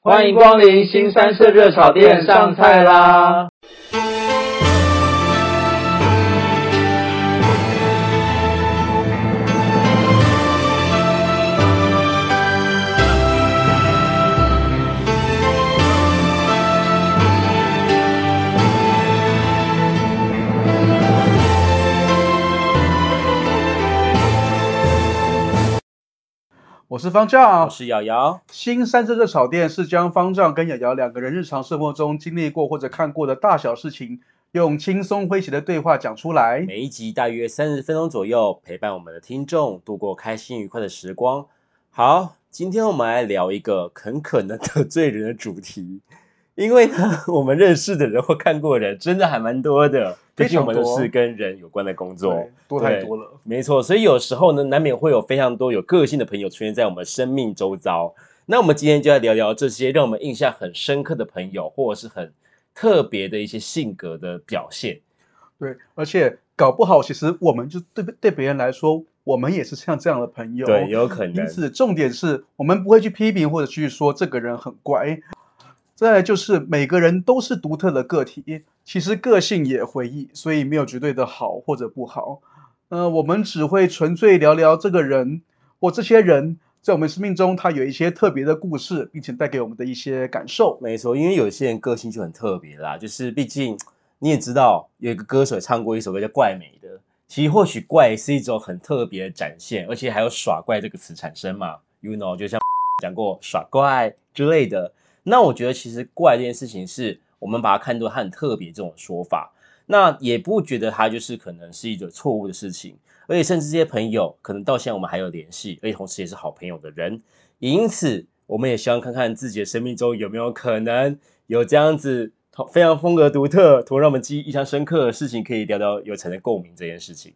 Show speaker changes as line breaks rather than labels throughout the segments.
欢迎光临新三色热炒店，上菜啦！
我是方丈
我。是瑶瑶，
新三色热炒店是将方丈跟瑶瑶两个人日常生活中经历过或者看过的大小事情，用轻松诙谐的对话讲出来。
每一集大约三十分钟左右，陪伴我们的听众度过开心愉快的时光。好，今天我们来聊一个很可能得罪人的主题，因为呢，我们认识的人或看过的人真的还蛮多的，毕
非
竟
常
我
多
们都是跟人有关的工作
对，多太多了。
没错，所以有时候呢，难免会有非常多有个性的朋友出现在我们生命周遭。那我们今天就来聊聊这些让我们印象很深刻的朋友，或者是很特别的一些性格的表现。
对，而且搞不好，其实我们就对对别人来说，我们也是像这样的朋友。
对，有可
因
能。
此，重点是我们不会去批评或者去说这个人很怪。再来就是每个人都是独特的个体，其实个性也回忆，所以没有绝对的好或者不好。呃，我们只会纯粹聊聊这个人或这些人在我们生命中他有一些特别的故事，并且带给我们的一些感受。
没错，因为有些人个性就很特别啦，就是毕竟你也知道，有一个歌手也唱过一首歌叫《怪美的》，其实或许怪是一种很特别的展现，而且还有“耍怪”这个词产生嘛，you know，就像讲过耍怪之类的。那我觉得其实怪这件事情是我们把它看作它很特别这种说法，那也不觉得它就是可能是一种错误的事情，而且甚至这些朋友可能到现在我们还有联系，而且同时也是好朋友的人，也因此，我们也希望看看自己的生命中有没有可能有这样子同非常风格独特、同让我们记忆印象深刻的事情，可以聊聊有产生共鸣这件事情。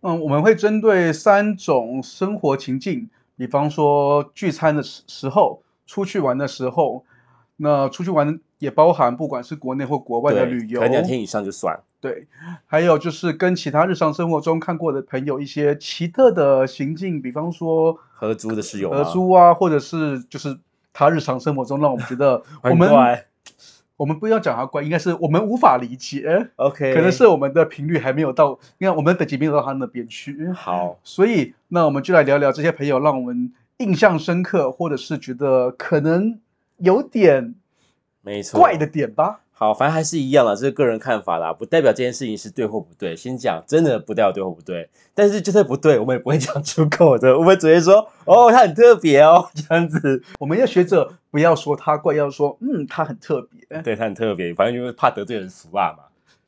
嗯，我们会针对三种生活情境，比方说聚餐的时时候、出去玩的时候，那出去玩也包含不管是国内或国外的
对
旅游
可，能两天以上就算。
对，还有就是跟其他日常生活中看过的朋友一些奇特的行径，比方说
合租的室友吗
合租啊，或者是就是他日常生活中让我们觉得我
很
们
怪
我们不要讲他怪，应该是我们无法理解，
OK，
可能是我们的频率还没有到，你看我们的等级没有到他那边去。
好，
所以，那我们就来聊聊这些朋友让我们印象深刻，或者是觉得可能有点
没错，
怪的点吧。
好，反正还是一样啦，这是个人看法啦，不代表这件事情是对或不对。先讲，真的不代表对或不对，但是就算不对，我们也不会讲出口的，我们只会说哦，他很特别哦，这样子。
我们要学着不要说他怪，要说嗯，他很特 别。
对他很特别，反正就是怕得罪人俗辣嘛。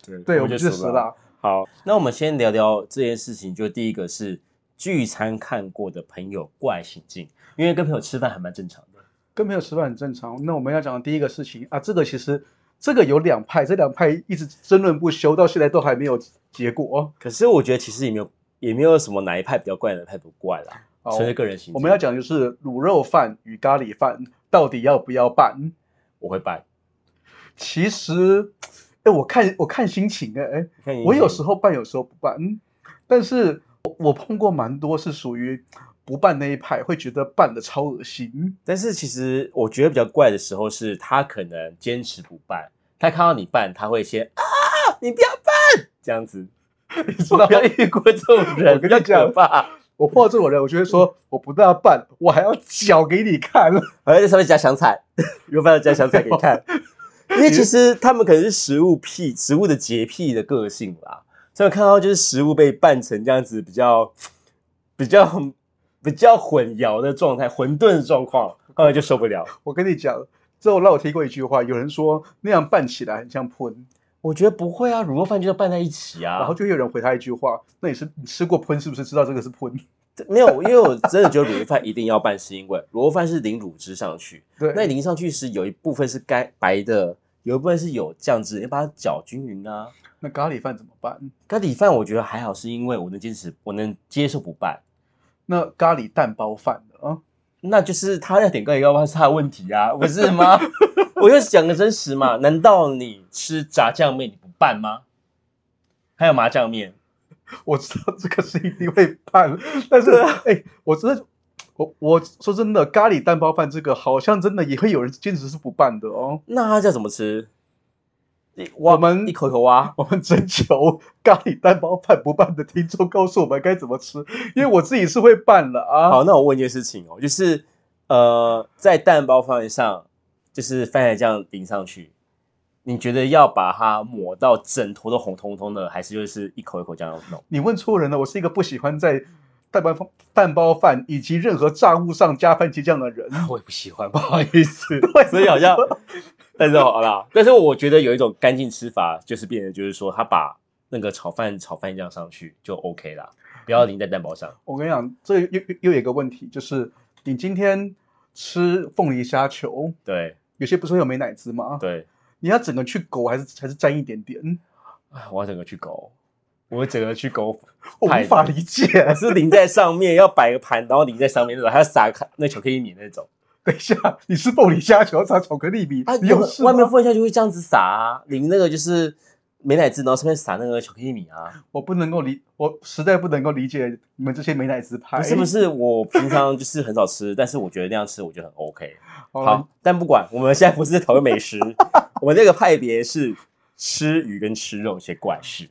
对
对，我们就是
俗
死。啦。
好，那我们先聊聊这件事情，就第一个是聚餐看过的朋友怪行径，因为跟朋友吃饭还蛮正常的。
跟朋友吃饭很正常。那我们要讲的第一个事情啊，这个其实这个有两派，这两派一直争论不休，到现在都还没有结果。哦
可是我觉得其实也没有也没有什么哪一派比较怪，哪一派不怪啦，
哦
纯粹个人行径。
我们要，讲的就是卤肉饭与咖喱饭到底要不要拌？
我会办。
其实，哎，我看我看心情哎、诶
你看你
我有时候办，有时候不办，嗯但是我我碰过蛮多是属于不办那一派，会觉得办的超恶心。
但是其实我觉得比较怪的时候是他可能坚持不办，他看到你办，他会先啊，你不要办这样子。
你知
我
道
不，要遇过这种人，
我跟
比较
你讲
可怕。
我碰到这种人，我就会
嗯
说，我不但要办，我还要搅给你看。
还会在上面加香菜， 有办法加香菜给你 看。因为其实他们可能是食物癖、食物的洁癖的个性啦，所以我看到就是食物被拌成这样子比较、比较、比较混淆的状态、混沌的状况，后来就受不了。
我跟你讲，之后让我听过一句话，有人说那样办起来很像喷，
我觉得不会啊，卤肉饭就要拌在一起啊。
然后就会有人回他一句话，那你是你吃过喷是不是知道这个是喷？
没有，因为我真的觉得卤肉饭一定要拌，是因为卤肉饭是淋卤汁上去，
对，
那你淋上去是有一部分是该白的，有一部分是有酱汁，你把它搅均匀啊。
那咖喱饭怎么办？
咖喱饭我觉得还好，是因为我能坚持，我能接受不拌，
那咖喱蛋包饭呢？啊，
那就是他要点咖喱要不然是他的问题啊，不是吗？ 我就讲个真实嘛，难道你吃炸酱面你不拌吗？还有麻酱面，
我知道这个是一定会办，但是哎、我真的我我说真的，咖喱蛋包饭这个好像真的也会有人坚持是不办的哦。
那它叫怎么吃？一
我
挖
们
一口一口挖，
我们征求咖喱蛋包饭不办的听众告诉我们该怎么吃，因为我自己是会办了啊。
好，那我问一件事情哦，就是呃，在蛋包饭上，就是番茄酱淋上去，你觉得要把它抹到整坨都红彤彤的，还是就是一口一口这样弄？
你问错人了，我是一个不喜欢在蛋包饭蛋包饭以及任何炸物上加番茄酱的人。
我也不喜欢，不好 意思
啊
所以好像
我，
但是好啦，但是我觉得有一种干净吃法，就是变成就是说，他把那个炒饭炒饭酱上去就 OK 啦，不要淋在蛋包上。
我跟你讲，这又又又有一个问题，就是你今天吃凤梨虾球，
对
有些不是会有美乃滋吗？
对，
你要整个去狗还是还是沾一点嗯点？
啊我要整个去狗，我整个去狗
我
太
无法
难
理解
还。是淋在上面，要摆个盘，然后淋在上面那种，还要撒开那巧克力米那种。
等一下，你吃凤梨虾球要撒巧克力米，
啊，
你
有
有
的
事
外面
吗
放下去会这样子撒、啊，淋那个就是美乃滋，然后上面撒那个巧克力米啊。
我不能够理，我实在不能够理解你们这些美乃滋派。
不是不是，我平常就是很少吃，但是我觉得那样吃我觉得很 OK。
好了
好，但不管，我们现在不是讨论美食，我们这个派别是吃鱼跟吃肉一些怪事。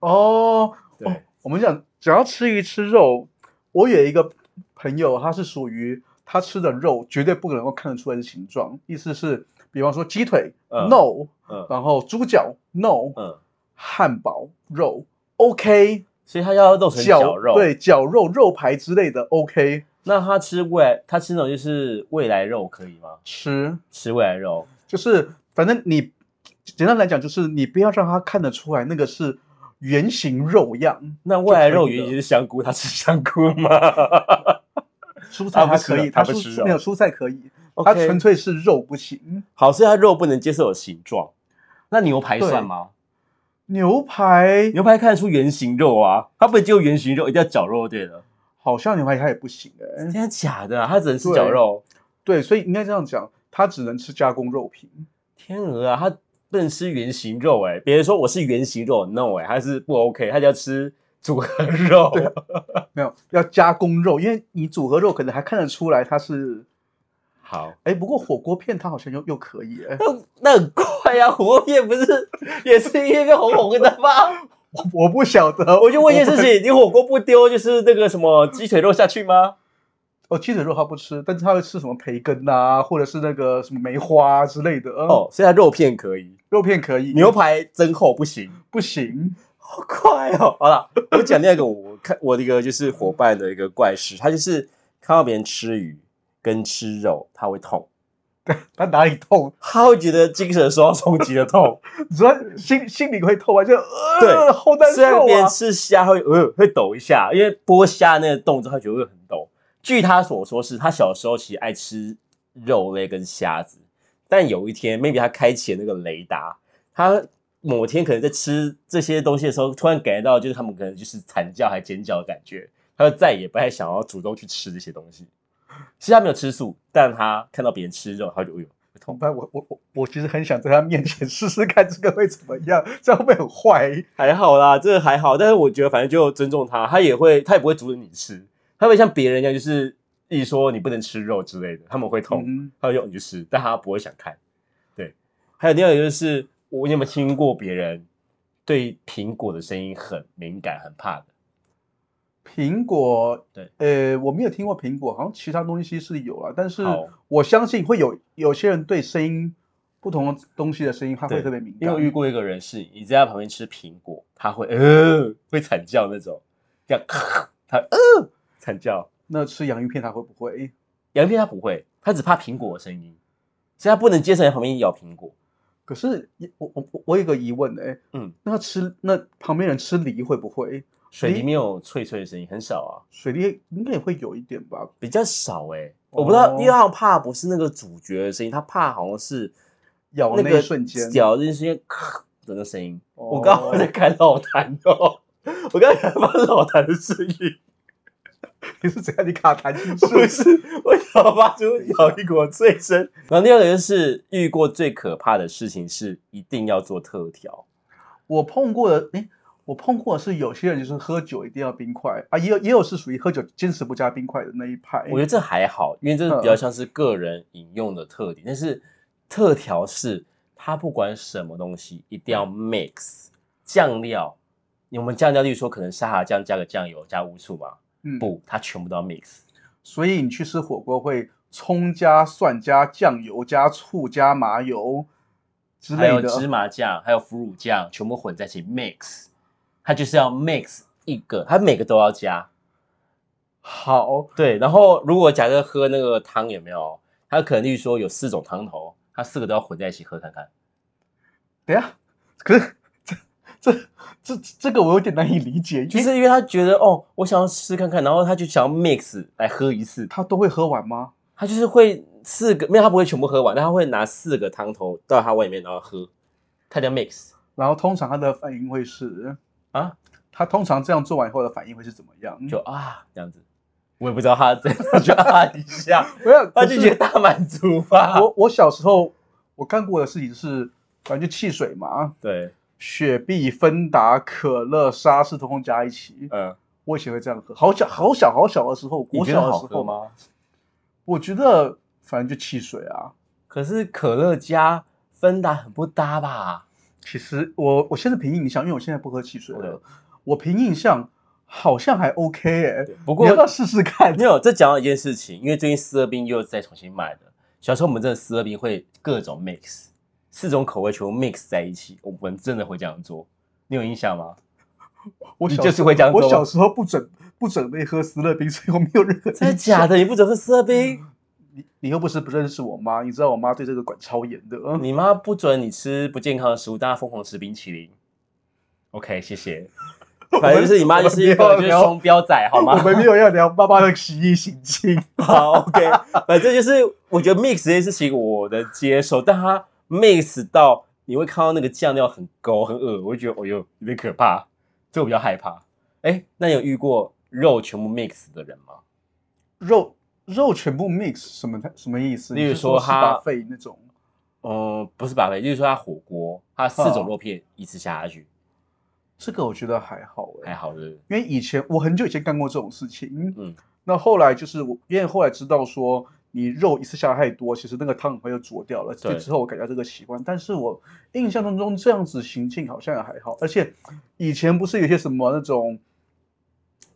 哦，
对，
哦我们讲只要吃鱼吃肉，我有一个朋友，他是属于他吃的肉绝对不能够看得出来是形状，意思是，比方说鸡腿、
嗯
no，
嗯
然后猪脚 no，、
嗯，
汉堡肉 OK，
所以他要弄成绞肉。，
对绞肉、肉排之类的 OK
那他吃未来，他吃那种就是未来肉可以吗？
吃，
吃未来肉，
就是反正你简单来讲就是你不要让他看得出来那个是圆形肉样，
那未来肉
就可以
原
了
型是香菇，他吃香菇吗？
蔬菜
他不
它
吃
可以，
了他
它
不吃肉
蔬没有蔬菜可以，它
OK
纯粹是肉不行。
好，所以它肉不能接受有形状。那牛排
对
算吗？
牛排
牛排看得出圆形肉啊，它不能接受圆形肉，一定要绞肉对了。
好像牛排它也不行哎、
真的假的、啊？它只能吃绞肉。
对，所以应该这样讲，它只能吃加工肉品。
天鹅啊，它不能吃圆形肉哎、别人说我是圆形肉，no 哎、它是不 OK，它就要吃组合肉。
没有要加工肉，因为你组合肉可能还看得出来它是，
好，
哎，不过火锅片它好像又又可以 哎、
那那很快啊，火锅片不是也是一片片红红的吗？
我我不晓得，
我就问一件
我
事情，你火锅不丢就是那个什么鸡腿肉下去吗？
不，哦，鸡腿肉它不吃，但是它会吃什么培根啊，或者是那个什么梅花啊之类的。哦，
哦，所以它肉片可以，
肉片可以，
牛排真厚不行。
不行。
好快哦！好了，我讲另一个我看我的一个就是伙伴的一个怪事，他就是看到别人吃鱼跟吃肉，他会痛，
它哪里痛？
他会觉得精神受到冲击的痛。
你知道心心里会痛啊，就呃，
对
好难
虽然
受
别人
啊。
吃虾会呃会抖一下，因为剥虾那个动作，他觉得会很抖。据他所说是，他小时候其实爱吃肉类跟虾子，但有一天 maybe 他开启了那个雷达，他某天可能在吃这些东西的时候，突然感觉到就是他们可能就是惨叫还尖叫的感觉，他就再也不太想要主动去吃这些东西。其实他没有吃素，但他看到别人吃肉，他就哎呦会
怎么
痛。
办？我我我我其实很想在他面前 试试看这个会怎么样，这样会不会很坏？
还好啦，这个还好，但是我觉得反正就尊重他，他也会，他也不会阻止你吃，他会像别人一样，就是一直说你不能吃肉之类的，他们会痛，
嗯，
他会用你去吃，但他不会想看。对，还有第二个就是，我你有没有听过别人对苹果的声音很敏感、很怕的？
苹果，
对，
呃，我没有听过苹果，好像其他东西是有啊，但是
好
我相信会有有些人对声音不同的东西的声音，他会
对
特别敏
因
感
为我。遇过一个人是，你在他旁边吃苹果，他会呃会惨叫那种，这样他呃惨叫。
那吃洋芋片他会不会？
洋芋片他不会，他只怕苹果的声音，所以他不能接受人旁边咬苹果。
可是我我我我有个疑问哎、
嗯，
那他吃那旁边人吃梨会不会？
水里面有脆脆的声音，很少啊，
水梨应该也会有一点吧？
比较少哎、我不知道，
哦
因为他好像怕不是那个主角的声音，他怕好像是
咬
那
那
个
一瞬间
咬那一瞬间咔的那声音。
哦
我刚刚在看老谭哦， 我刚才发老谭的 声音，
你是怎样？你卡痰进
不
去？
是我想发出咬一口最深。然后第二个就是遇过最可怕的事情是一定要做特调，
我碰过的，哎，我碰过的是有些人就是喝酒一定要冰块啊，也有也有是属于喝酒坚持不加冰块的那一派。
我觉得这还好，因为这
嗯
是比较像是个人饮用的特点，但是特调是它不管什么东西一定要
嗯
mix 酱料。我们酱料，例如说可能沙茶酱加个酱油加乌醋嘛，
嗯，
不，它全部都要 mix。
所以你去吃火锅会葱加蒜加酱油加醋加麻油之
还有
类的，
芝麻酱，还有腐乳酱，全部混在一起 mix，它就是要 mix 一个，它每个都要加。
好，
对，然后如果假设喝那个汤有没有，它可能例如说有四种汤头，它四个都要混在一起喝看看。
等一下，可是 这这这这个我有点难以理解，
就
因为
是因为他觉得哦，我想要试看看，然后他就想要 mix 来喝一次，
他都会喝完吗？
他就是会四个，没有他不会全部喝完，但他会拿四个汤头到他碗里面然后喝，他叫 mix
然后通常他的反应会是，
啊，
他通常这样做完以后的反应会是怎么样？
就啊这样子，我也不知道他怎样就啊一下，
没有，
他
可
就是觉得大满足吧。
我我小时候我干过的事情是，反正就汽水嘛，
对，
雪碧、芬达、可乐、沙士通通加一起。
嗯，
我以前会这样喝，好小好小好小的时候，
你
我
觉得
小的
好
时候
喝？吗？
我觉得反正就汽水啊。
可是可乐加芬达很不搭吧？
其实我我现在凭印象，因为我现在不喝汽水了
OK，
我凭印象好像还 OK 哎、
对不
你
过
要不要试试 看？
哎没有，这讲到一件事情，因为最近四二冰又再重新卖了。小时候我们真的四二冰会各种 mix，四种口味全部 mix 在一起，我们真的会这样做。你有印象吗？
我
你
小
就是
时候
会这样
我
做
小
吗
时候不准不准备喝斯乐冰，所以我没有任何
真的
印
假
象？
的？你不准喝四二冰？
你你又不是不认识我妈，你知道我妈对这个管超严的。嗯
你妈不准你吃不健康的食物，大家疯狂吃冰淇淋。OK，谢谢。反正就是你妈就是一
我
个
们没
就是
有聊
双标仔，好吗
我？们没有要聊爸爸的奇异行径，
好，OK，反正就是我觉得 mix 这件事情我能接受，但它 mix 到你会看到那个酱料很勾很恶，我就觉得哦哟有点可怕，这我比较害怕。哎，那你有遇过肉全部 mix 的人吗？
肉肉全部 mix 什么什么意思？
例如
你是说
说它
肺那种，
嗯，不是嗯把味，就是说它火锅，它四种肉片一次下下去，
这个我觉得还好哎、
还好的。
因为以前我很久以前干过这种事情，
嗯，
那后来就是我，因为后来知道说你肉一次下太多，其实那个汤很快就浊掉了。
对
就之后我改掉这个习惯，但是我印象当中这样子行径好像也还好，而且以前不是有些什么那种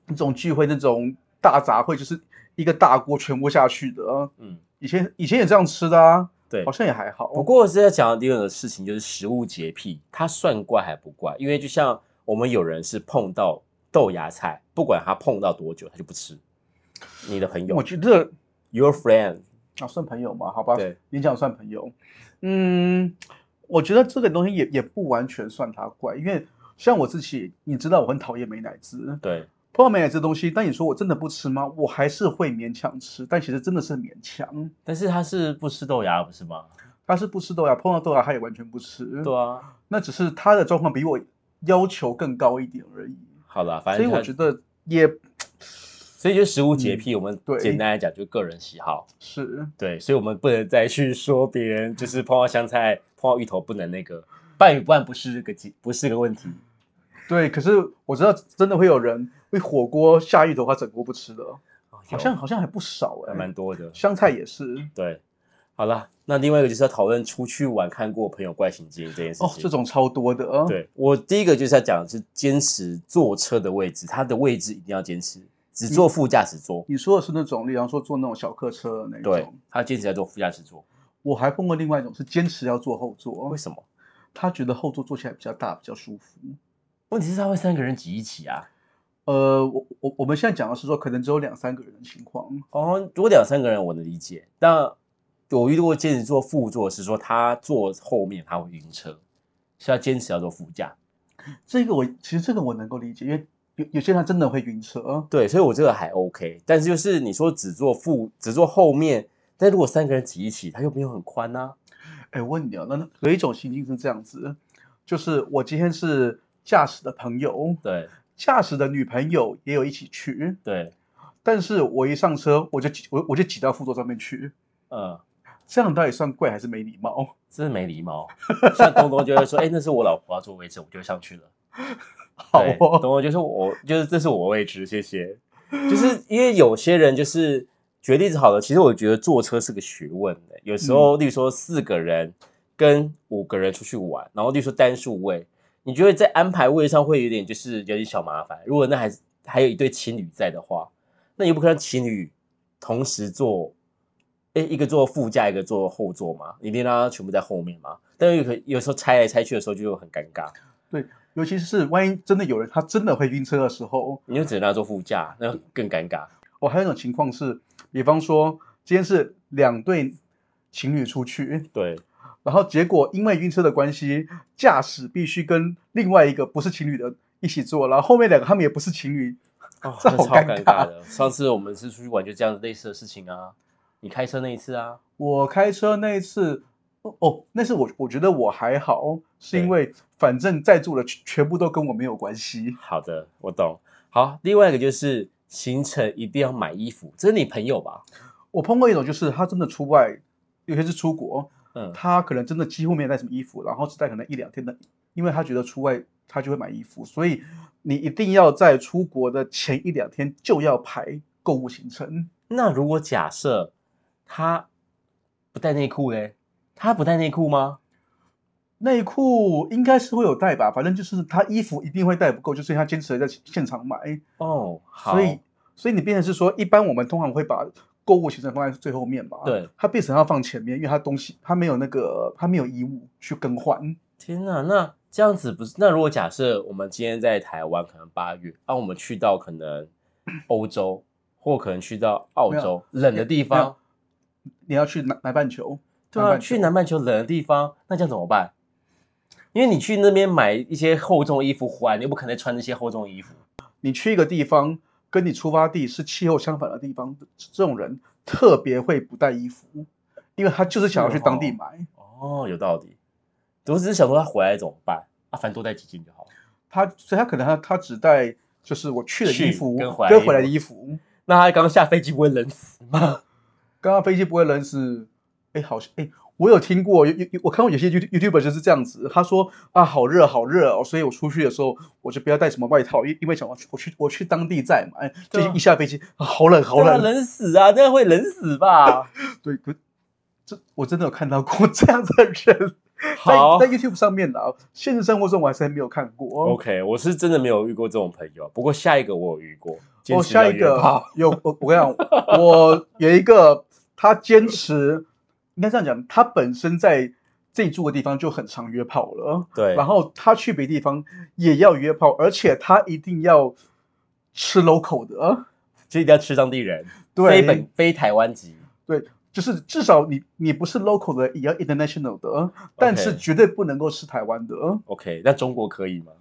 那种聚会那种大杂烩，就是一个大锅全部下去的啊，
嗯，
以前以前也这样吃的啊，
对
好。像也还好。
不过是要讲到第二个事情，就是食物洁癖，它算怪还不怪？因为就像我们有人是碰到豆芽菜，不管他碰到多久，他就不吃。你的朋友
我觉得
Your friend，
啊，算朋友嘛，好吧，
对，
勉强算朋友。嗯，我觉得这个东西也也不完全算他怪，因为像我自己，你知道我很讨厌美乃滋，
对，
碰到美乃滋的东西，但你说我真的不吃吗？我还是会勉强吃，但其实真的是勉强。
但是他是不吃豆芽，不是吗？
他是不吃豆芽，碰到豆芽他也完全不吃。
对啊，
那只是他的状况比我要求更高一点而已，
好了，反
所以
正
我
他
觉得也
所以就食物洁癖，我们
对
简单来讲就是个人喜好，
是。
对，所以我们不能再去说别人就是碰到香菜、碰到芋头不能那个，拌与不拌不是个洁，不是个问题。
对，可是我知道真的会有人为火锅下芋头，他整锅不吃的，好
有
像好像还不少哎、
还蛮多的，
香菜也是
对，好了，那另外一个就是要讨论出去玩看过朋友怪行径这件事情。
哦，这种超多的啊。，
对我第一个就是要讲的是坚持坐车的位置，它的位置一定要坚持，只坐副驾驶座。
你说的是那种，比方说坐那种小客车的那
对
种。，
他坚持要坐副驾驶座，
我还碰过另外一种是坚持要坐后座
为，什么？
他觉得后座坐起来比较大，比较舒服。
问题是他会三个人挤一起啊。
呃，我我我们现在讲的是说，可能只有两三个人的情况。
哦，如果两三个人我能理解，但我遇到过坚持坐副座是说他坐后面他会晕车，所以他坚持要坐副驾。
这个我其实这个我能够理解，因为有有些人他真的会晕车。
对，所以我这个还 OK，但是就是你说只坐副只坐后面，但如果三个人挤一起，他又没有很宽啊呐、
哎，我问你啊，那有一种情境是这样子，就是我今天是驾驶的朋友，
对
驾驶的女朋友也有一起去，
对，
但是我一上车我就挤我我就挤到副座上面去，
嗯。
这样到底算怪还是没礼貌？
真是没礼貌。像东东就会说：“哎、那是我老婆要坐位置，我就会上去了。”
好
对
哦，
懂我就是我就是这是我未知，谢谢。就是因为有些人就是举个例子好了，其实我觉得坐车是个学问的、有
嗯
时候，例如说四个人跟五个人出去玩，然后例如说单数位，你觉得在安排位上会有点就是有点小麻烦。如果那还是还有一对情侣在的话，那你不可能情侣同时坐，哎，一个坐副驾，一个坐后座嘛，你一定让他全部在后面嘛。但是有可有时候拆来拆去的时候就会很尴尬。
尤其是万一真的有人他真的会晕车的时候，
你就只能让他坐副驾，那更尴尬。
哦，还有一种情况是，比方说今天是两对情侣出去，
对，
然后结果因为晕车的关系，驾驶必须跟另外一个不是情侣的一起坐，然后后面两个他们也不是情侣，
哦，
这
真的
好
超
尴
尴
尬
的。上次我们是出去玩，就这样类似的事情啊。你开车那一次啊，
我开车那一次，哦哦，那次我我觉得我还好，是因
对
为反正在座的全全部都跟我没有关系。
好的，我懂。好，另外一个就是行程一定要买衣服，这是你朋友吧？
我碰过一种，就是他真的出外，有些是出国，
嗯，
他可能真的几乎没有带什么衣服，然后只带可能一两天的，因为他觉得出外他就会买衣服，所以你一定要在出国的前一两天就要排购物行程。
那如果假设他不带内裤嘞，他不带内裤吗？
内裤应该是会有带吧，反正就是他衣服一定会带不够，就是他坚持在现场买。
哦，好，
所以，所以你变成是说，一般我们通常会把购物行程放在最后面嘛？
对，
它变成要放前面，因为它东西它没有那个它没有衣物去更换。
天呐，那这样子不是？那如果假设我们今天在台湾，可能八月，啊那、我们去到可能欧洲，或可能去到
嗯
澳
没有
洲冷的地
没有
方，
你要去南南半球，
对
南
啊，
半球
去南半球冷的地方，那这样怎么办？因为你去那边买一些厚重的衣服回来，你又不可能穿那些厚重的衣服。
你去一个地方，跟你出发地是气候相反的地方，这种人特别会不带衣服，因为他就是想要去当地
是哦
买。
哦，有道理。我只是想说他回来怎么办？啊，反正多带几件就好了。
他所以他可能他他只带就是我去的衣
去
服
跟回来
回来的
衣
衣服。
那他刚下飞机不会冷死吗？
刚刚飞机不会冷死，哎，好像哎，我有听过，有有有我看过有些 You YouTuber 就是这样子，他说啊，好热好热哦，所以我出去的时候我就不要带什么外套，因因为想要去我去我去当地再买，
对啊
就一下飞机啊，好冷好
对啊
冷，
冷死啊，那会冷 死吧？
对，可这我真的有看到过 这样的人，
好
在在 YouTube 上面的、啊，现实生活中我还是没有看过。哦
OK，我是真的没有遇过这种朋友，不过下一个我有遇过。坚
哦，
持要
下一
约
个
炮
有我我跟你讲，我有一个他坚持，应该这样讲，他本身在自己住的地方就很常约炮了，
对，
然后他去别地方也要约炮，而且他一定要吃 local 的，
就一定要吃当地人，
对
非本非台湾籍。
对。就是至少你你不是 local 的，也要 international 的，但是
OK
绝对不能够吃台湾的。
OK，那中国可以吗？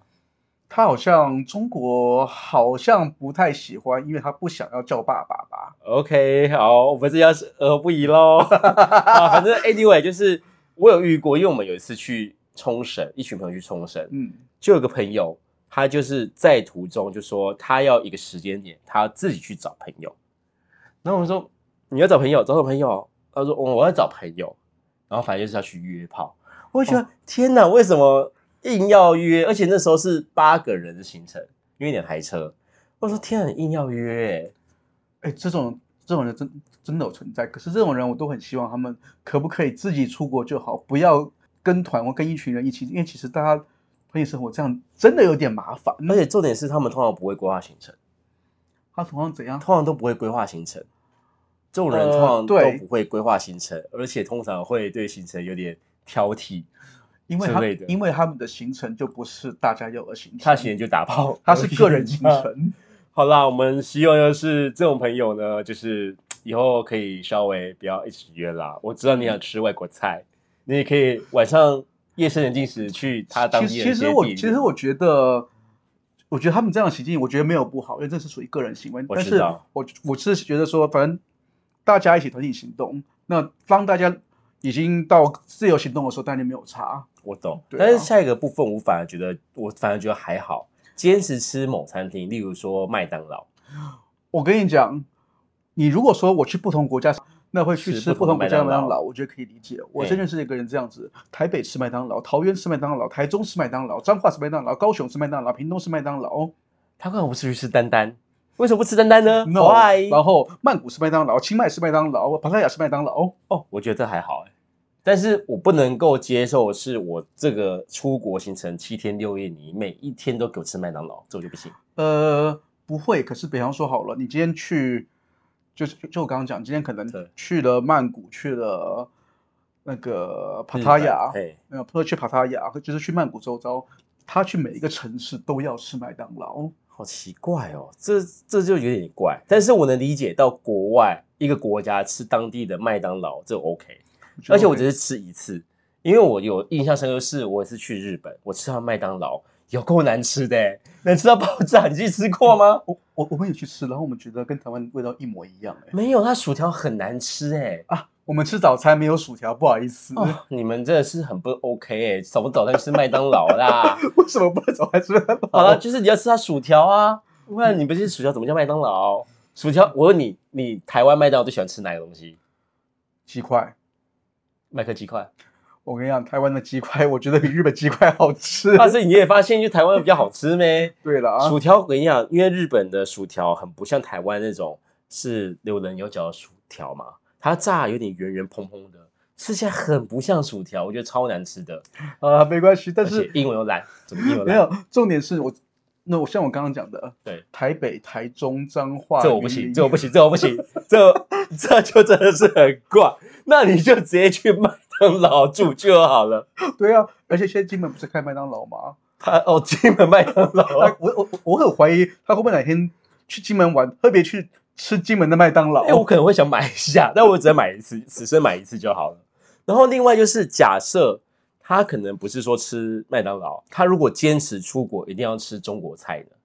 他好像中国好像不太喜欢，因为他不想要叫爸爸吧？
OK，好，我们这要是呃不宜 喽。啊，反正 anyway，就是我有遇过，因为我们有一次去冲绳，一群朋友去冲绳，
嗯，
就有个朋友，他就是在途中就说他要一个时间点，他要自己去找朋友。然后我们说你要找朋友，找什么朋友？他说我我要找朋友，然后反正就是要去约炮。我就
哦
觉得、天哪，为什么硬要约？而且那时候是八个人的行程，因为你台车。我说天哪，你硬要约、欸
哎，这种这种人真真的有存在，可是这种人我都很希望他们可不可以自己出国就好，不要跟团或跟一群人一起，因为其实大家团体生活这样真的有点麻烦。
而且重点是，他们通常不会规划行程，
他同样怎样？
通常都不会规划行程。这种人
呃
通常都
对
不会规划行程，而且通常会对行程有点挑剔。
因为
之
他
类的
因为他们的行程就不是大家要的行程，
他行程就打炮，嗯
他是个人行 程。
好啦，我们希望就是这种朋友呢，就是以后可以稍微不要一直约啦。我知道你想吃外国菜，你也可以晚上夜深人静时去他当
其
地
实
的
其
一些
实我
地
其
点
实我觉得，我觉得他们这样的行径，我觉得没有不好，因为这是属于个人行为。
我
但
知
是
道
我我是觉得说，反正大家一起团体行动，那当大家已经到自由行动的时候，当然就没有差。
我懂，
对啊
但是下一个部分我反而觉得我反而觉得还好，坚持吃某餐厅，例如说麦当劳。
我跟你讲，你如果说我去不同国家，那会去
吃
吃
不
不
同
同
的
国
麦
家的
当
麦当
劳
劳，我觉得可以理解。我
对
真认识一个人这样子，台北吃麦当劳，桃园吃麦当劳，台中吃麦当劳，彰化吃麦当劳，高雄吃麦当劳，屏东吃麦当劳。
他干嘛不去吃丹丹？为什么不吃丹丹呢
No，
？Why？
然后曼谷是麦当劳，清迈是麦当劳，帕塔亚是麦当劳。
哦，我觉得这还好哎，但是我不能够接受的是我这个出国行程七天六夜，你每一天都给我吃麦当劳，这我就不行。
呃，不会。可是比方说好了，你今天去，就是就就我刚刚讲，今天可能
对
去了曼谷，去了那个帕
日
塔
本
亚，
哎，
没有，不是去帕塔亚，就是去曼谷周遭，他去每一个城市都要吃麦当劳。
好奇怪哦，这这就有点怪。但是我能理解到国外一个国家吃当地的麦当劳，这 OK。而且我只
得
是吃一次，因为我有印象深刻是，我是去日本，我吃到麦当劳有够难吃的欸，难吃到爆炸。你去吃过吗？
我我我们也去吃，然后我们觉得跟台湾味道一模一样、欸。
没有，它薯条很难吃哎。
啊，我们吃早餐没有薯条，不好意思。
哦，你们真的是很不 OK 哎，什么早餐吃麦当劳 啦？
为什么不能早餐吃麦当劳？
好了，就是你要吃它薯条啊，不然你不吃薯条怎么叫麦当劳？薯
嗯
条，我问你，你台湾麦当劳最喜欢吃哪个东西？
鸡块，
麦克鸡 块。
我跟你讲，台湾的鸡块，我觉得比日本鸡块好吃。
但啊是你也发现，就台湾比较好吃咩？
对了 啊，
薯条，我跟你讲，因为日本的薯条很不像台湾那种是有棱有角的薯条嘛，它炸有点圆圆蓬蓬的，吃起来很不像薯条，我觉得超难吃的。
啊，没关系，但
而且
是
英文又烂，怎么英文
没
烂？
有，重点是我，那我像我刚刚讲的，
对，
台北、台中、彰化，
这我不
云
行，
林
这我不行，这我不行，这这就真的是很怪。那你就直接去麦当劳住就好了。
对啊，而且现在金门不是开麦当劳吗？
他哦，金门麦当劳
他。我我我很怀疑他会不会哪天去金门玩，特别去吃金门的麦当劳。
哎、我可能会想买一下，但我只能买一次，只是买一次就好了。然后另外就是，假设他可能不是说吃麦当劳，他如果坚持出国一定要吃中国菜呢，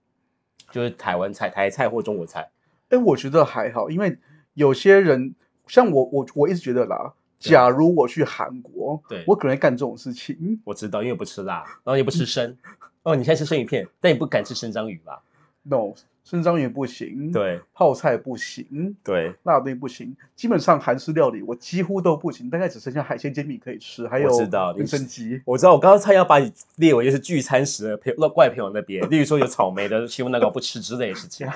就是台湾菜、台菜或中国菜。
哎我觉得还好，因为有些人像我，我我一直觉得啦，
对
假如我去韩国，
对
我可能会干这种事情。嗯
我知道，因为我不吃辣，然后也不吃生。哦，你现在吃生鱼片，但你不敢吃生章鱼吧？
No，生章鱼不行，，
对
泡菜不行，
对，
辣对不行，基本上韩式料理我几乎都不行，大概只剩下海鲜煎饼可以吃，还有
我知道你
人参鸡。
我知道，我刚刚差点要把你列为就是聚餐时的朋友，那怪朋友那边，例如说有草莓的欺负蛋糕不吃之类的事 情。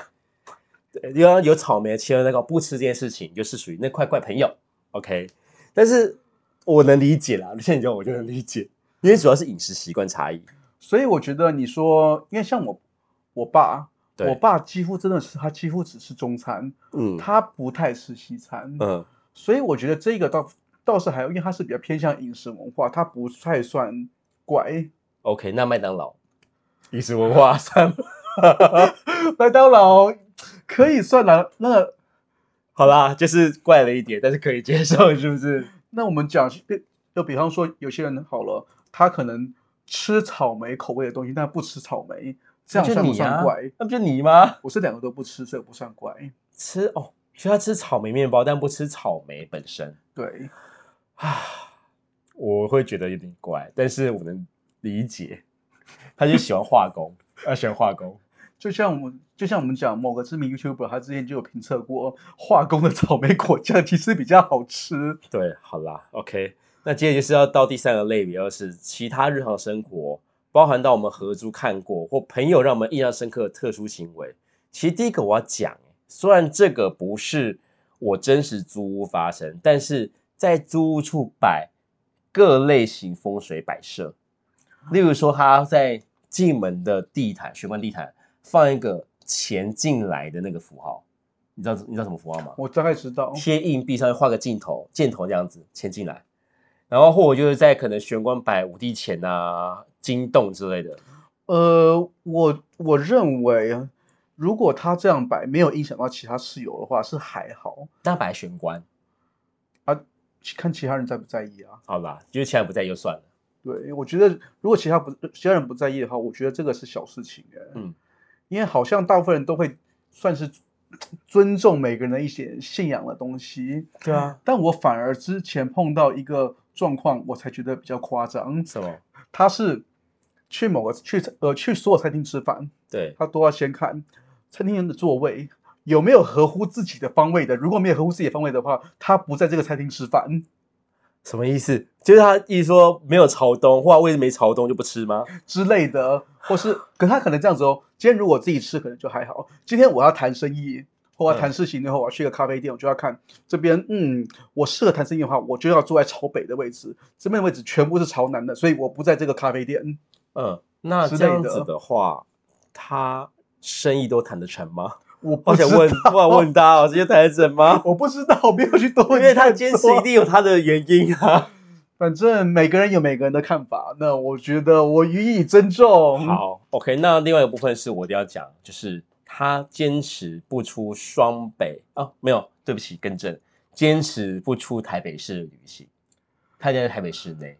对，因为有草莓的欺负蛋糕不吃这件事情，就是属于那块怪朋友。OK，但是我能理解啦，现在你讲我就能理解，因为主要是饮食习惯差异。
所以我觉得你说，因为像我，我爸，
对
我爸几乎真的是他几乎只吃中餐，
嗯
他不太吃西餐，
嗯，
所以我觉得这个倒倒是还好，因为他是比较偏向饮食文化，他不太算怪。
OK，那麦当劳饮食文化算
麦当劳可以算了，那
好啦，就是怪了一点，但是可以接受，是不是？
那我们讲，就比方说有些人好了，他可能吃草莓口味的东西，但不吃草莓，这样
那就
算不
你
算
啊
怪？，
那不就你吗？
我是两个都不吃，所以不算怪。
吃哦，所以他吃草莓面包，但不吃草莓本身。
对，
啊，我会觉得有点怪，但是我能理解。他就喜欢画工，他喜欢画工。
就像我们就像我们讲某个知名 YouTuber，他之前就有评测过化工的草莓果酱其实比较好吃。
对，好啦，OK。那接着就是要到第三个类别，就是其他日常生活，包含到我们合租看过或朋友让我们印象深刻的特殊行为。其实第一个我要讲，欸虽然这个不是我真实租屋发生，但是在租屋处摆各类型风水摆设，例如说他在进门的地毯、玄关地毯放一个钱进来的那个符号，你知道你知道什么符号吗？
我大概知道，
贴硬币上面画个镜头，箭头这样子牵进来，然后或者就是在可能玄关摆五帝钱啊、金洞之类的。
呃，我我认为如果他这样摆没有影响到其他室友的话是还好，
那摆玄关，
看其他人在不在意啊。
好啦，就是其他人不在就算了。
对，我觉得如果其他不其他人不在意的话，我觉得这个是小事情哎。
嗯，
因为好像大部分人都会算是尊重每个人的一些信仰的东西。
对啊，
但我反而之前碰到一个状况，我才觉得比较夸张。
什么？
他是去某个去呃去所有餐厅吃饭，
对，
他都要先看餐厅的座位有没有合乎自己的方位的？如果没有合乎自己的方位的话，他不在这个餐厅吃饭，
什么意思？就是他意思说没有朝东，或者位置没朝东就不吃吗？
之类的，或是，可他可能这样子哦。今天如果自己吃，可能就还好。今天我要谈生意，或我要
嗯
谈事情的话，我要去一个咖啡店，我就要看这边，嗯，我适合谈生意的话，我就要坐在朝北的位置，这边的位置全部是朝南的，所以我不在这个咖啡店。
嗯，那
之
这样
类的
子的话，他生意都谈得成吗？
我不
我想
知
问，
道
我想问他，我直接谈得成 吗？
我不知道，我没有去多，
因为他坚持一。定有他的原因啊。
反正每个人有每个人的看法，那我觉得我予以尊重。，
好，OK，那另外一个部分是我一定要讲，就是他坚持不出双北啊，没有，对不起，更正，坚持不出台北市旅行，他一定在台北市内，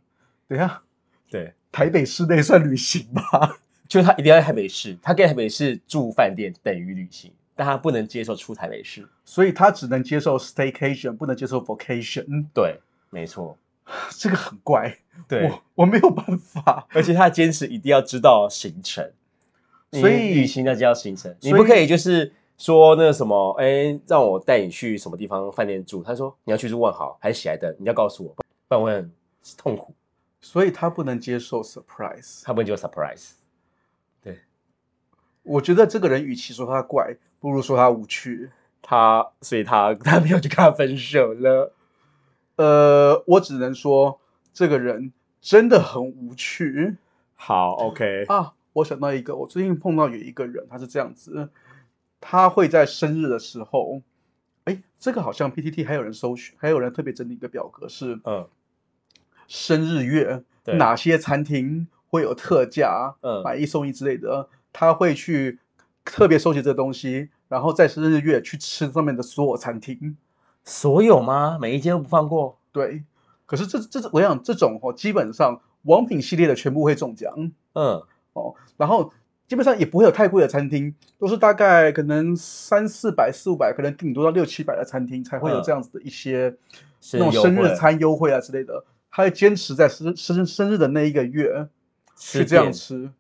等一下，
对，
台北市内算旅行吧？
就是他一定要在台北市，他跟台北市住饭店等于旅行，但他不能接受出台北市，
所以他只能接受 staycation，不能接受 vacation，
对，没错，
这个很怪。
对，
我我没有办法。
而且他坚持一定要知道行程，
所以
你旅行要知道行程，
所
你
以
不可以就是说那个什么，哎，让我带你去什么地方饭店住。他说你要去住万豪还是喜来登，你要告诉我，不然我会很痛苦。
所以他不能接受 surprise。
他们就 surprise。
我觉得这个人与其说他怪，不如说他无趣。
他，所以他 他没有去跟他分手了。
呃，我只能说这个人真的很无趣
好，OK，
啊！我想到一个，我最近碰到有一个人，他是这样子，他会在生日的时候，哎，这个好像 PTT 还有人搜寻，还有人特别整理一个表格是
嗯，
生日月
对
哪些餐厅会有特价，
嗯
买一送一之类的，他会去特别收集这东西，然后在生日月去吃上面的所有餐厅。
所有吗？每一间都不放过？
对，可是这这我想这种哦，基本上王品系列的全部会中奖
嗯，
哦，然后。基本上也不会有太贵的餐厅，都是大概可能三四百、四五百，可能顶多到六七百的餐厅才会有
嗯
这样子的一些
生
那
日
种生
优惠
日餐优惠啊之类的。他会坚持在生生生日的那一个月，去
吃
这样
遍
吃，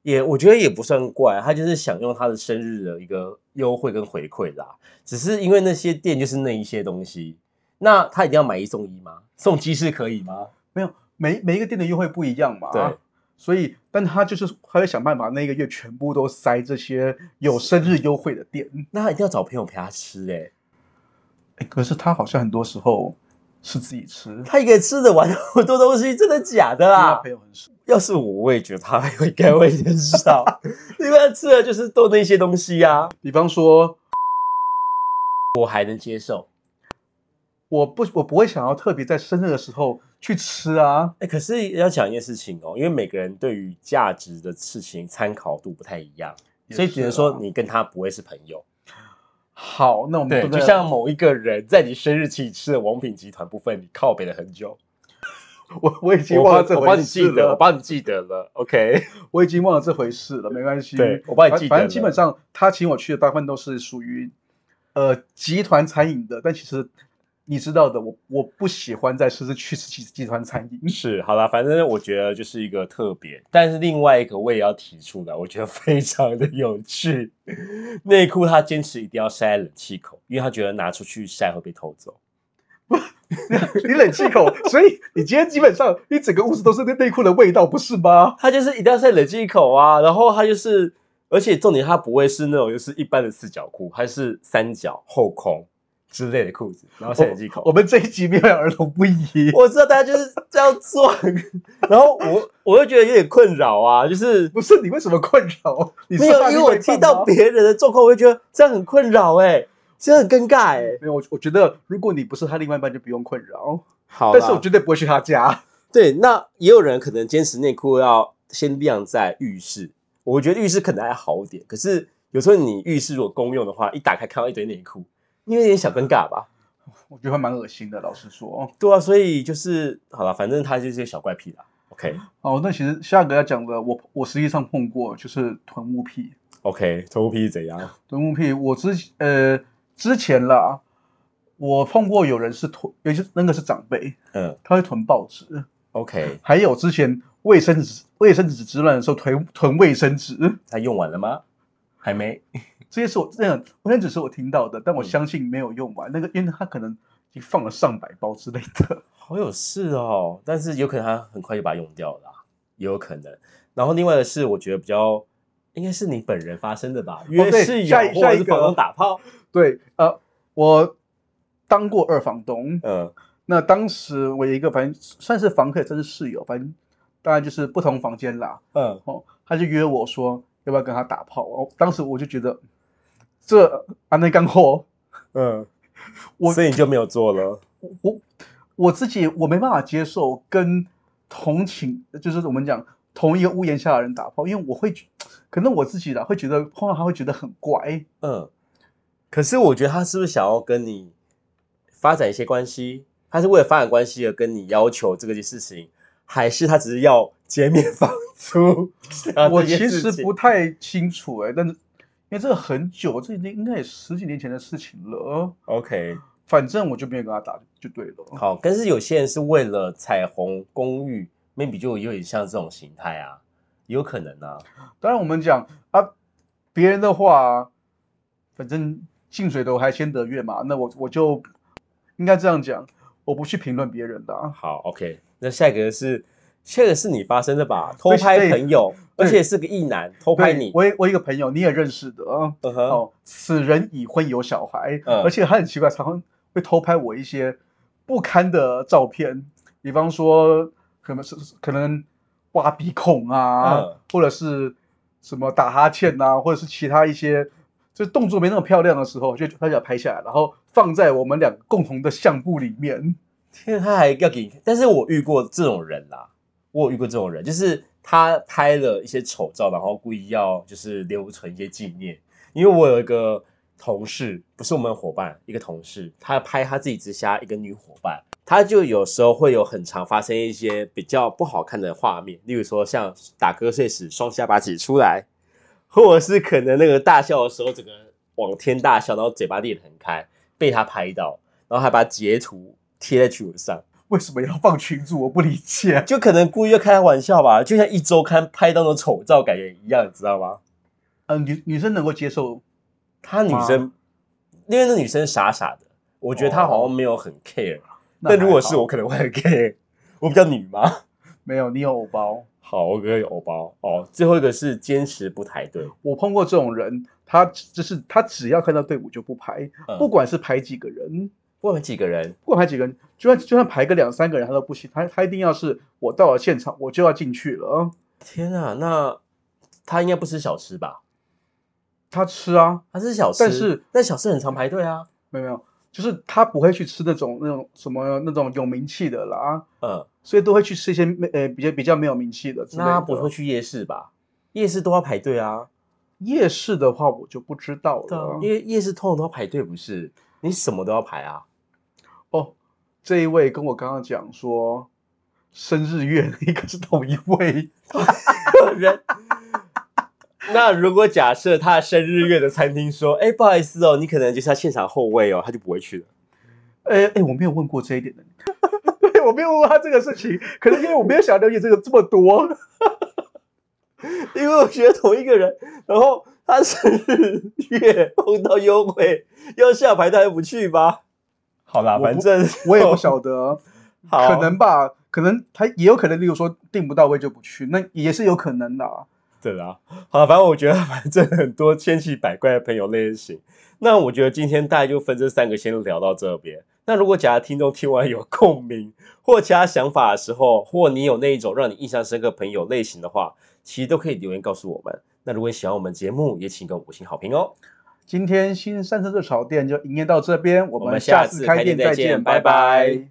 也我觉得也不算怪，啊他就是享用他的生日的一个优惠跟回馈啦。只是因为那些店就是那一些东西，那他一定要买一送一吗？送鸡翅可以吗？
没有每每一个店的优惠不一样嘛，啊
对，
所以但他就是他会想办法那一个月全部都塞这些有生日优惠的店，
那他一定要找朋友陪他吃哎、
诶可是他好像很多时候是自己吃，
他一个人吃得完 那么多东西，真的假的
他
啦
朋？友很少，
要是我，我也觉得他会应该会减少， 因为他吃的就是都那些东西啊，
比方说
我还能接受。
我不我不会想要特别在生日的时候去吃啊，
哎、可是要讲一件事情哦，因为每个人对于价值的事情参考度不太一样，
也
所以只能
是啊
说
啦
你跟他不会是朋友。
好，那我们
对，就像某一个人在你生日期吃了王品集团部分，你靠北了很久。
我我已经
我
忘了
帮
这
我帮
回
你
事啊
记得，我
了，
帮你记得了。OK，
我已经忘了这回事了，没关系，
对我帮你
反
记得
反正基
了
本上他请我去的大部分都是属于呃集团餐饮的，但其实你知道的，我我不喜欢在狮子去吃集集团餐饮。
是好啦，反正我觉得就是一个特别，但是另外一个我也要提出来，我觉得非常的有趣。 内裤他坚持一定要塞在冷气口，因为他觉得拿出去晒会被偷走。
你冷气口，所以你今天基本上你整个屋子都是那内裤的味道，不是吗？
他就是一定要塞冷气口啊，然后他就是，而且重点他不会是那种就是一般的四角裤，他是三角后空之类的裤子，然后塞冷气口
我。们这一集没有儿童不宜。
我知道大家就是这样做，然后我我又觉得有点困扰啊，就是
不是你为什么困扰？你是
没有
怕，
因为我
另外一
听
半
到
吗
别人的状况，我会觉得这样很困扰哎、这样很尴尬哎、
没有，我我觉得如果你不是他另外一半，就不用困扰。
好
但是我绝对不会去他家。
对，那也有人可能坚持内裤要先晾在浴室，我觉得浴室可能还好一点，可是有时候你浴室如果公用的话，一打开看到一堆内裤，你有点小尴尬吧？
我觉得还蛮恶心的，老实说。
对啊，所以就是好了，反正他就是一个小怪癖啦。OK
哦，那其实下个要讲的，我我实际上碰过，就是臀物癖。
OK，头皮是怎样？
臀物癖，我之呃之前啦，我碰过有人是臀，尤其是那个是长辈，
嗯
他会囤报纸，
，OK，
还有之前卫生纸卫生纸之乱的时候囤囤卫生纸，
他用完了吗？还没。
这些是我这样，我现在只是我听到的，但我相信没有用完。那个，因为他可能已经放了上百包之类的。
好有事哦，但是有可能他很快就把它用掉了啊、也有可能。然后另外的是，我觉得比较应该是你本人发生的吧，约
对
室友
下一
或
下
者
一
是
个
房东打炮，
对，呃，我当过二房东，
嗯
那当时我有一个反正算是房客，也算是室友，反正当然就是不同房间啦。
嗯，
哦，他就约我说要不要跟他打炮。哦，当时我就觉得这啊那干货，
嗯，
我
所以你就没有做了。
我我自己我没办法接受跟同寝，就是我们讲同一个屋檐下的人打炮，因为我会觉可能我自己啦会觉得碰到他会觉得很怪。
嗯，可是我觉得他是不是想要跟你发展一些关系？他是为了发展关系而跟你要求这个事情，还是他只是要减免房租？
我其实不太清楚哎、但是因为这个很久，这已经应该也十几年前的事情了。
OK。
反正我就没有跟他打就对了。
好，但是有些人是为了彩虹公寓，maybe 就有点像这种形态啊，有可能啊。
当然我们讲啊，别人的话，反正近水楼台先得月嘛，那我我就应该这样讲，我不去评论别人的、啊。
好，OK，那下一个是下一个是你发生的吧？偷拍朋友，
对
而且是个异男偷拍
对
你，
我有我有一个朋友，你也认识的啊。
嗯哼，
哦，此人已婚有小孩，
嗯
而且他很奇怪，常常会偷拍我一些不堪的照片，比方说可能是可能挖鼻孔啊，
嗯
或者是什么打哈欠啊，或者是其他一些就动作没那么漂亮的时候，就他就要拍下来，然后放在我们两个共同的相簿里面。
天，他还要给你，但是我遇过这种人啦，我有遇过这种人，就是他拍了一些丑照，然后故意要就是留存一些纪念。因为我有一个同事，不是我们的伙伴，一个同事，他拍他自己之下一个女伙伴，他就有时候会有很常发生一些比较不好看的画面，例如说像打瞌睡时双下巴挤出来，或者是可能那个大笑的时候整个往天大笑，然后嘴巴裂得很开，被他拍到，然后还把截图贴在群组上，
为什么要放群主？我不理解。
就可能故意要开他玩笑吧，就像一周刊拍到那种丑照感觉一样，你知道吗？
呃，女女生能够接受，
他女生，因为那女生傻傻的，我觉得她
哦
好像没有很 care、
那
但如果
还好
是我，可能会很 care。我比较女嘛。
没有，你有偶包。
好，我跟欧包哦。最后一个是坚持不排队，
我碰过这种人，他就是他只要看到队伍就不排，
嗯
不管是排几个人，
问了几个人，
不管排几个人，就算就算排个两三个人，他都不行，他他一定要是我到了现场我就要进去了。
天啊，那他应该不吃小吃吧？
他吃啊，
他吃小吃，
但是
但小吃很常排队啊。
没有没有，就是他不会去吃那种那种什么那种有名气的啦，
嗯，
所以都会去吃一些没呃比较比较没有名气的之类
那
的。
他不会去夜市吧？夜市都要排队啊。
夜市的话，我就不知道
对啊
了，。
因为夜市通常都要排队，不是？你什么都要排啊。
哦，这一位跟我刚刚讲说生日月 的一个是同一位。
人。那如果假设他的生日月的餐厅说：“哎、不好意思哦，你可能就是他现场后位哦，他就不会去了。
哎哎，我没有问过这一点的， 对我没有问过他这个事情，可能因为我没有想了解这个这么多。
因为我觉得同一个人，然后他生日月碰到优惠，要下排他还不去吧？好啦，
我不
反正哦
我也不晓得，
好啊
可能吧，可能他也有可能，例如说订不到位就不去，那也是有可能的啊。
对啦，好啦，反正我觉得 反正很多千奇百怪的朋友类型。那我觉得今天大概就分这三个先聊到这边。那如果假如听众听完有共鸣 或其他想法的时候，或你有那一种让你印象深刻朋友类型的话，其实都可以留言告诉我们。那如果你喜欢我们节目，也请给我们五星好评哦。
今天新三色热炒店就营业到这边，我
我
们
们下
次
次
开
开
店
店再
再
见
见，
拜
拜
拜